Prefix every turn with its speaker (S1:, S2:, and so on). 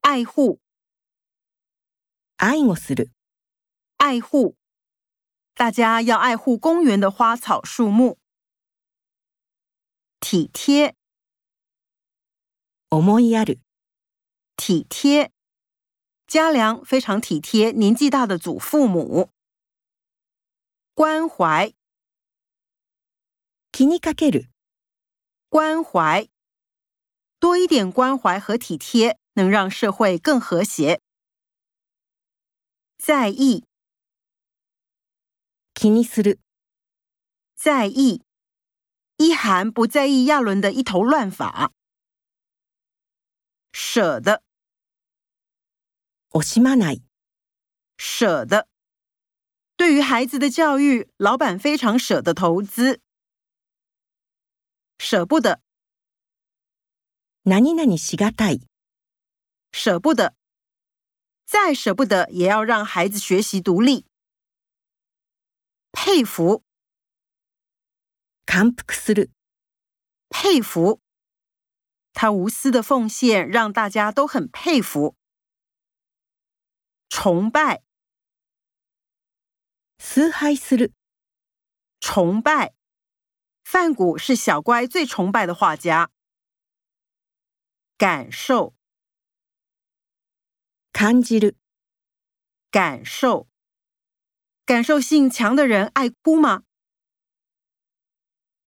S1: 爱护、
S2: 愛をする、
S1: 爱护。大家要爱护公园的花草树木。体贴、
S2: 思いやる、
S1: 体贴。家良非常体贴年纪大的祖父母。关怀、
S2: 気にかける、
S1: 关怀，多一点关怀和体贴，能让社会更和谐。在意，
S2: 気にする、
S1: 在意。一涵不在意亚伦的一头乱发。舍得，
S2: 惜しまない、
S1: 舍得。对于孩子的教育，老板非常舍得投资。舍不得，
S2: 何々しがたい、
S1: 舍不得，再舍不得也要让孩子学习独立。佩服，
S2: 感服する、
S1: 佩服。他无私的奉献让大家都很佩服。崇拜，
S2: 崇拝する、
S1: 崇拜。范谷是小乖最崇拜的画家。感受，
S2: 感じる、
S1: 感受。感受性强的人爱哭吗？